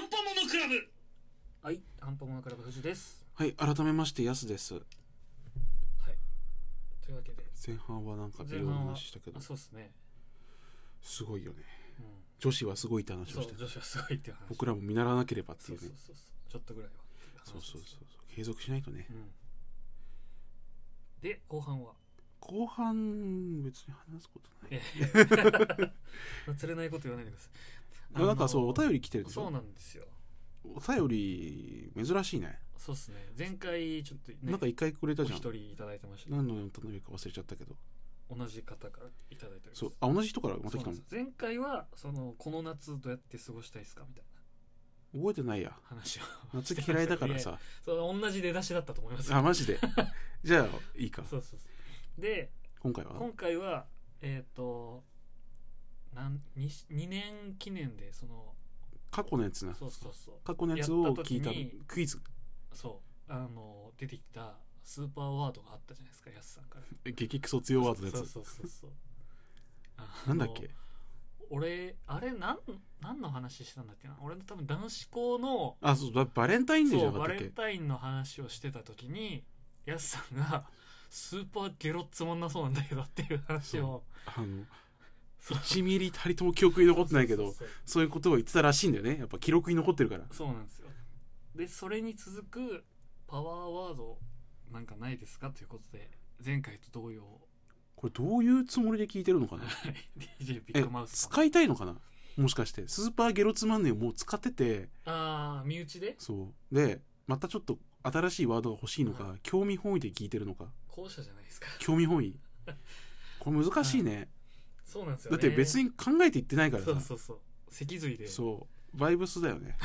ラブはい、ハンパモノクラブ藤です。はい、改めまして、やすです。はい。というわけで、前半はなんか微妙な話したけどあ、、そうですね。すごいよね。うん。女子はすごいって話そをうして、女子はすごいっていう話。僕らも見習わなければってそいううそうね。そうそう。ちょっとぐらいは。そうそうそうそう。継続しないとねう。ん。で後半は、後半、別に話すことない。え え釣れないこと言わないでください。なんかそう、お便りり来てるでしそうょなんですよ。お便り、珍しいね。そうですね。前回ちょっとね、なんか一回くれおたじゃ一ん。人いただいてましたね。何のお便りか忘れちゃったけど。同じ方からいただいております。そう、あ、同じ人からまたそう来なたんもでんす。前回はそのこの夏どうやって過ごしたいですかみたいな覚えて ないや。話を夏嫌いだからさ。そう同じ出だしだったと思いますあ、マジで。じゃあ、いいか。そうそうそうで今回は今回はえっ、となん 2, 2年記念でその過去のやつな。そうそうそう過去のやつを聞いたやった時にクイズそうあの出てきたスーパーワードがあったじゃないですかやすさんから激クソ強ワードのやそうつそうそうそうあのなんだっけ俺あれなん何の話したんだっけな俺の多分男子校のあそうババレンタインデーじそゃうなかバったっレンけタインの話をしてた時にやすさんが「スーパーゲロつまんなそうなんだけど」っていう話をあのそう1ミリたりとも記憶に残ってないけそうそどうそうそういうことを言ってたらしいんだよねやっぱ記録に残ってるからそうなんですよでそれに続くパワーワードなんかないですかということで前回と同様これどういうつもりで聞いてるのかな DJ ビッえグマウスさん使いたいのかなもしかしてスーパーゲロつまんねえをもう使っててああ身内でそうでまたちょっと新しいワードが欲しいのか、は興味本位で聞いてるのか後者じゃないですか興味本位これ難しいね、そうなんですよだねって別にに考えて言ってないからさそうそうそう脊髄でそうバイブスだ よね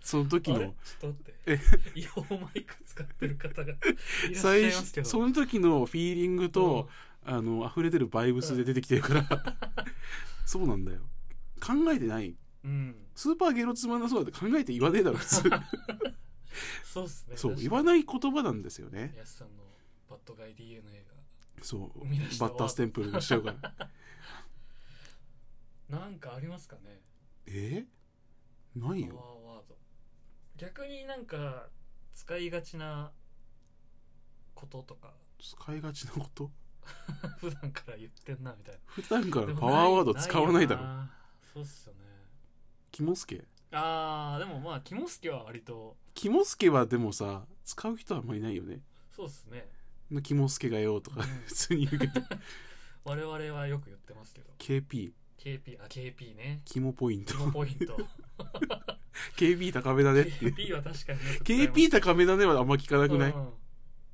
その時あれのちょっと待えって違法マイク使ってる方がいらっしゃい最ますけど初その時のフィーリングと、あの溢れてるバイブスで出てきてるから、そうなんだよ考えてないうん、うんスーパーゲロつまんなそうだって考えて言わねえだろ 普通そうっすね。そう言今わない言葉なんですよねやすさんのバッドガイ DNA そう生み出したバわッターステンプルがしちゃうから が。なんかありますかねえないパワよーワード。逆になんか使いがちなこととか、 使いがちなこと普段から言ってんなみたい普段な。からでもパワーワード使わないだ。よろそうっすよね。キモスケあー、でもまあ、キモスケは割と、キモスケはでもさ使う人はあんまりいないよねそうっすね。キモスケがよとかうん普通に言うけど 我々はよく言ってますけど。 KP KP、あ、KP ね。キモポイントキモポイン ト。 KB 高めだねっていう KP は確かによく使います。 KP 高めだねはあんま聞かなくない、うん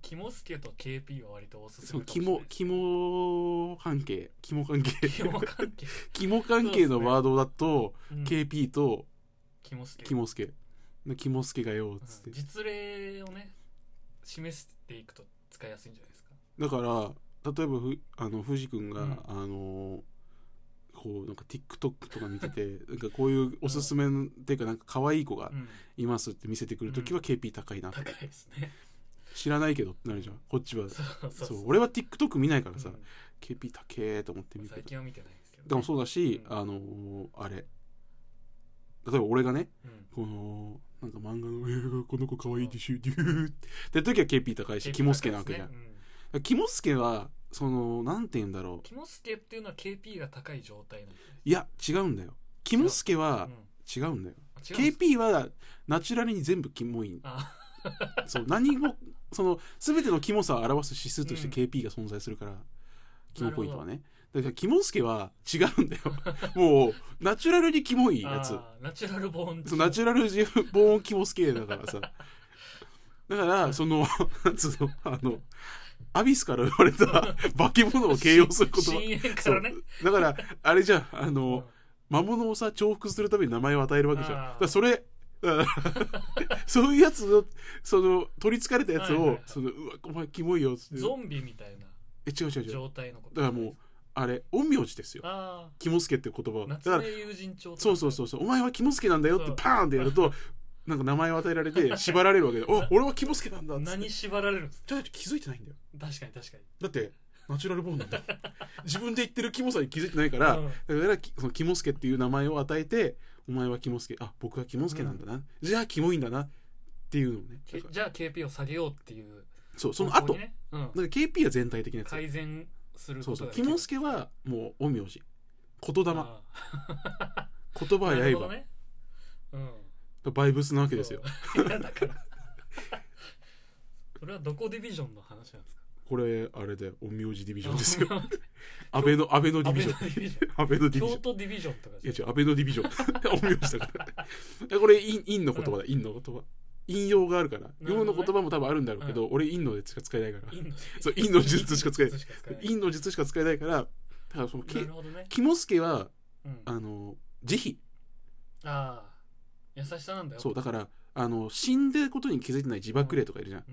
キモスケと KP は割とおすすそめうかもしれない肝肝関係肝関係キ モ関係、肝関係のワードだと、うん、 KP とキモスケ肝助肝助がよっつって、うん実例をね示していくと使いやすいんじゃないですかだから例えばふあの藤君が、うんあのこうなんか TikTok とか見てて なんかこういうおすすめのっていうかなんか可愛い子がうんいますって見せてくるときはう KP 高いな、高いですね知らないけどってなるじゃんこっちはそうそうそそうう俺は TikTok 見ないからさ、うん KP 高えと思って見るけ最ど近は見てないですけどね、でもそうだし、うんあのーあれ例えば俺がねうんこのなんか漫画の「えーこの子かわいいでしょ」デューって時は KP 高いし KP キモスケなわけじゃん、高いですねキモスケはそのなんて言うんだろうんうキモスケっていうのは KP が高い状態なんですねいや違うんだよキモスケはうん違うんだよ、あ違うんです KP はナチュラルに全部キモいあそう何もその全てのキモさを表す指数としてうん KP が存在するから、キモポイントはなねだからキモスケは違うんだよもうナチュラルにキモいやつあーナチュラルボーンそうナチュラル自分ボーンキモスケだからさだからそのなんつうのあのアビスから生まれた化け物を形容することは深淵からねだからあれじゃんあうのん魔物をさ重複するために名前を与えるわけじゃんあーだからそれうん そういうやつのその取りつかれたやつはいを、はいはいそのうわお前キモいよっつってゾンビみたいなえ違う違う違う状態のことだからもうあれ陰陽師ですよあキモスケっていう言葉あはだ夏から目友人帳そうそうそううそうお前はキモスケなんだよってそうパーンってや るとなんか名前を与えられて縛られるわけで「お俺はキモスケなんだ」っつって何縛られるんですかじゃないと気づいてないんだよ確かに確かにだってナチュラルボーンなん だよ自分で言ってるキモさに気づいてないから、うんだからきそのキモスケっていう名前を与えてお前はキモスケあ僕はキモスケなんだな、じゃあキモいんだなっていうのをねだけからじゃあ KP を下げようっていうそうその方向後、にねうんだから KP は全体的なやつ改善するそこうそとうがキモスケはもう陰陽師言霊ああ言葉はなるほど刃、ねうんバイブスなわけですよそうい やだからそれはどこディビジョンの話なんですかこれあれだよ陰陽師ディビジョンですよ安安倍の安 倍のディビ倍ジョのンディビジョン安倍のディビ京ジョン都ディビジョンとかいじゃや違う安倍のディビジョン 陰陽師だからいやこれ陰陰の言葉だ陰の言葉陰陽があるからほどね陽の言葉も多分あるんだろうけど、俺陰のでしか使えないからインドそう陰の術しか使えない陰の術しか使えない陰の術しか使えないからだからそのなきるほどね、肝助はうん、ああの慈あ優しさなんだ悲よそうだからあの死んでることに気づいてない自爆霊とかいるじゃん、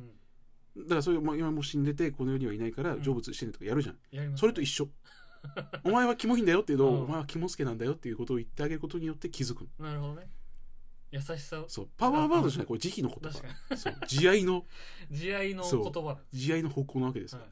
うん、だからそういうもう今もう死んでてこの世にはいないからうん成仏してねとかやるじゃん、やりますそれと一緒 お前はキモいんだよっていうのを、うんお前はキモ助なんだよっていうことを言ってあげることによって気づくのなるほどね優しさそうパワーワードじゃないこれ慈悲の言確か葉にそう慈愛の慈愛のそ言う葉なんで慈愛の方向なわけですす、よ、はい、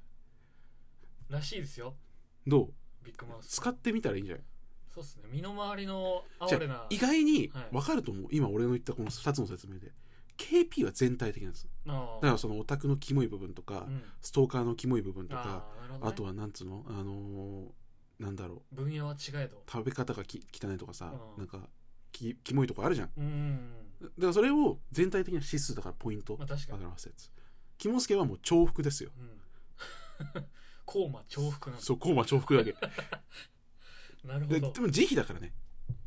らしいですよどうビッグマウス使ってみたらいいんじゃないそうっすね身の回りの哀れな意外にはい分かると思う、今俺の言ったこの2つの説明で KP は全体的なんですあだかあらそのオタクのキモい部分とか、うんストーカーのキモい部分とかああなるほあ,、どねとはなんつうのあのーなんだろう分野は違えど食べ方がき汚いとかさ、うんなんかきキモいとこあるじゃんうんうんうんだからそれを全体的な指数だからポイントまあ確かに、表すやつキモスケはもう重複ですようん コーマ重複なんだそうコーマ重複 だけなるほででども慈悲だからね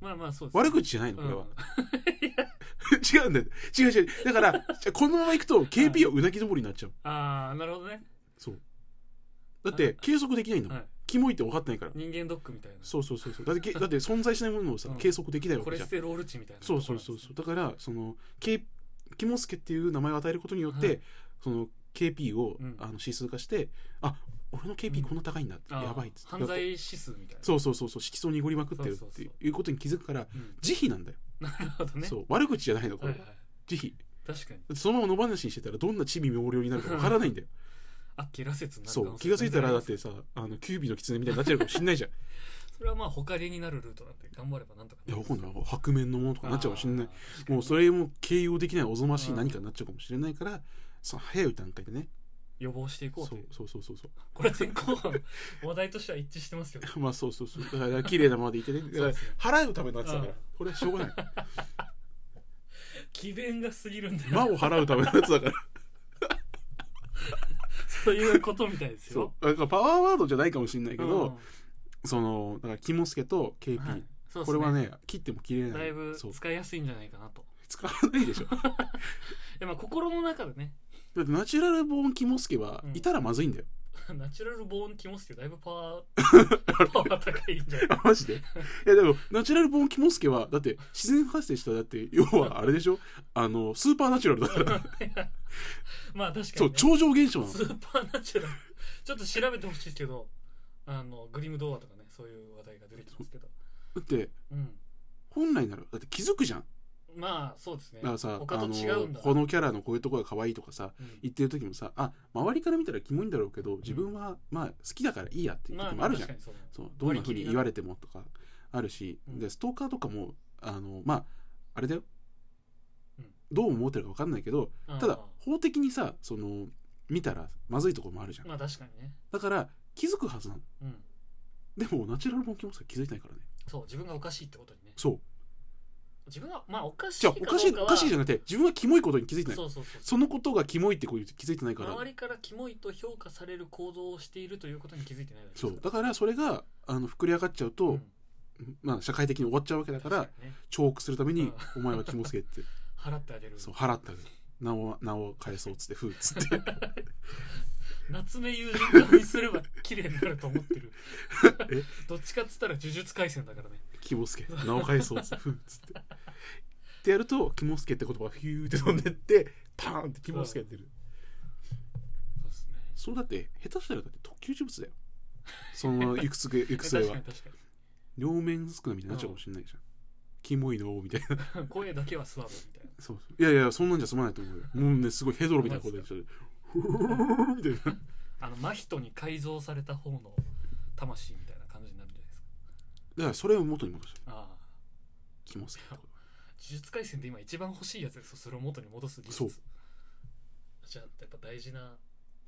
まあまあそうです悪口じゃないのこれは、う ん違うんだよ違う違うだからじゃあこのままいくと KP はうなぎ登りになっちゃうああなるほどねそうだって計測できないんだもん、はいキモいって分かってないから人間ドックみたいなそうそうそうそうだってけだって存在しないものをさ、うん計測できないコわけレじゃんステロール値みたいなそうそうそうそうだからその、K、キモスケっていう名前を与えることによって、はいその KP を、うんあの指数化してあ俺のうん KP こんな高いんだ、ああやばいっつって犯罪指数みたいなそうそうそうそう色素濁りまくってるそうっそうてそういうことに気づくからうん慈悲なんだよ、なるほどねそう悪口じゃないのこはれ、いはい慈悲だ確かにってそのまま野放しにしてたらどんな地味妙量になるかわからないんだよあっラ説になる可そ能性う気がついたらだっ全然てさあのキュービーの狐みたいになっちゃうかもしんないじゃん いありますそれはまあ他りになるルートなんで頑張ればなんとかやわかんない白面のものとかなっちゃうかもしんないもうそれれも形容できないおぞましいうん何かになっちゃうかもしれないから、その早い段階でね予防していこそうというそうそうそう そこれ前後半話題としては一致してますようまあそうそうそうだから綺麗なままでいてねだそうかでらすね払うためになってたかうらんこれはしょうがない詭弁が過ぎるんだよ魔を払うためのやつ だからそういうことみたいですそようだからパワーワードじゃないかもしれないけど、うんそのだからキモスケと KP、はいそうっすねこれはね切っても切れないだいぶそう使いやすいんじゃないかなと使わないでしょだでまあ心の中でね ってナチュラルボーンキモスケはうんいたらまず いんだよ、ナチュラルボーンキモスケだいぶパワ ーパワー高いんじゃ ないあマジでいやでもナチュラルボーンキモスケはだって自然発生しただって要はあれでしょあのスーパーナチュラルだ からまあ確かそに、うね、超常現象なのスーパーナチュラルちょっと調べてほしいですけどあのグリム童話とかねそういう話題が出てきますけどだってうん本来ならだって気づくじゃんまあそうですねだからさ他あとの違うんだこのキャラのこういうとこが可愛いとかさうん言ってる時もさあ周りから見たらキモいんだろうけど自分はまあ好きだからいいやっていうま時あもあるじゃん、確かにそうそうどんなふうに言われれてもとかあるし、うんでストーカーとかもあのまああれだよ、うんどう思ってるか分かんないけどただ法的にさその見たらまずいとこもあるじゃんまあ確かにねだから気づくはずなのうんでもナチュラルボーンキモスケ気づいてないからねそう自分がおかしいってことにねそう自分がまあおかしいじゃあかおどうかしいはおかしいじゃなくて自分はキモいことに気づいてないそうそうそうそのことがキモいってこう気づいてないから周りからキモいと評価される行動をしているということに気づいてないだけですそうからだからそれがあの膨れ上がっちゃうと、うんまあ、社会的に終わっちゃうわけだから確かにね重複するためにう「お前はキモすけ」って払ってあげるそう払った名を名を返そうっつって「ふう」っつって夏目友人化にすれば綺麗になると思ってる え どっちかっつったら呪術廻戦だからね「キモすけ」名を返そうっつって「ふう」っつってってやると「キモすけ」って言葉がヒューって飛んでってパーンって「キモすけ」ってるそうですねそうだって下手したらだって特級呪 物だよその行くつ 行く末確かはに確か両面少なみたいになっちゃうかもしれないじゃんキモいのみたいなに声だけはスワブみたいなそうそういやいやそんなんじゃ済まないと思うよもうねすごいヘドロみたいなことでしょみたいなあの真人に改造された方の魂みたいな感じになるんじゃないですかだからそれを元に戻したああキモスケと術廻戦で今一番欲しいやつですよそれを元に戻す技術そうじゃあやっぱ大事な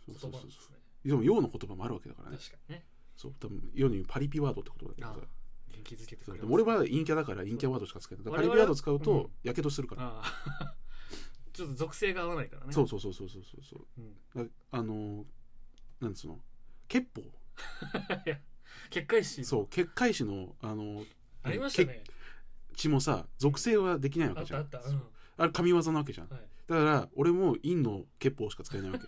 そう言そ葉うなそでうんそうすねでも用の言葉もあるわけだからね確かにねそう多分世に言うパリピワードって言葉だけどあさあ元気づけてそくうれでますも俺は陰キャだから陰キャワードしか使えないだからパ我々リピワード使ううんとやけどするから、ああ ちょっと属性が合わないからねそうそうそうそうそうそうそううん、だあのーなんつうの結法結界誌そう結界師のあのーありましたね血もさ属性はできないわあけっじゃたあんったうんはあれ神業なわけじゃんいだから俺も陰の結法しか使えないわけ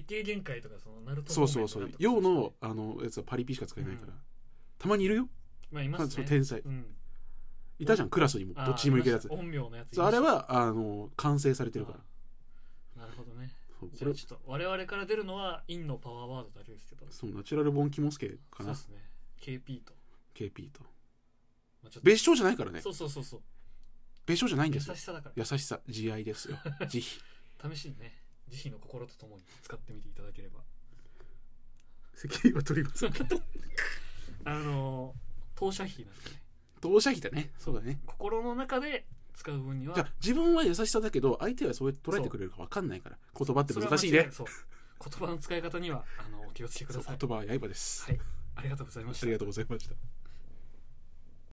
血形限界とか そのナルトそうそうそ方う面とか陽のあのやつはパリピしか使えないから、うたまにいるよ、まあいままあすそねの天才うんいたじゃんクラスにもああどっちにも行けるやつありました陰陽のやつそうあれはあの完成されているまかしたらああなるほどねそうじゃこれあちょっと我々から出るのは陰のパワーワードだけですけどそうナチュラルボーンキモスケかそうなですね KP と、 KP とまあ、ちょっと別称じゃないからねそうそうそうそう別称じゃないん優でしすよさだか優しさ慈愛ですよ慈悲ら試しにね慈悲の心とともに使ってみていただければ責任は取りません あのー投射費なんでね同社費だねそうだね心の中で使う分にはじゃあ自分は優しさだけど相手はそうやって捉えてくれるか分かんないから言葉ってそれは難しい間違ねなそう言葉の使い方にはあのお気をつけくだそうさい言葉は刃です、はいありがとうございましあたりがとうございました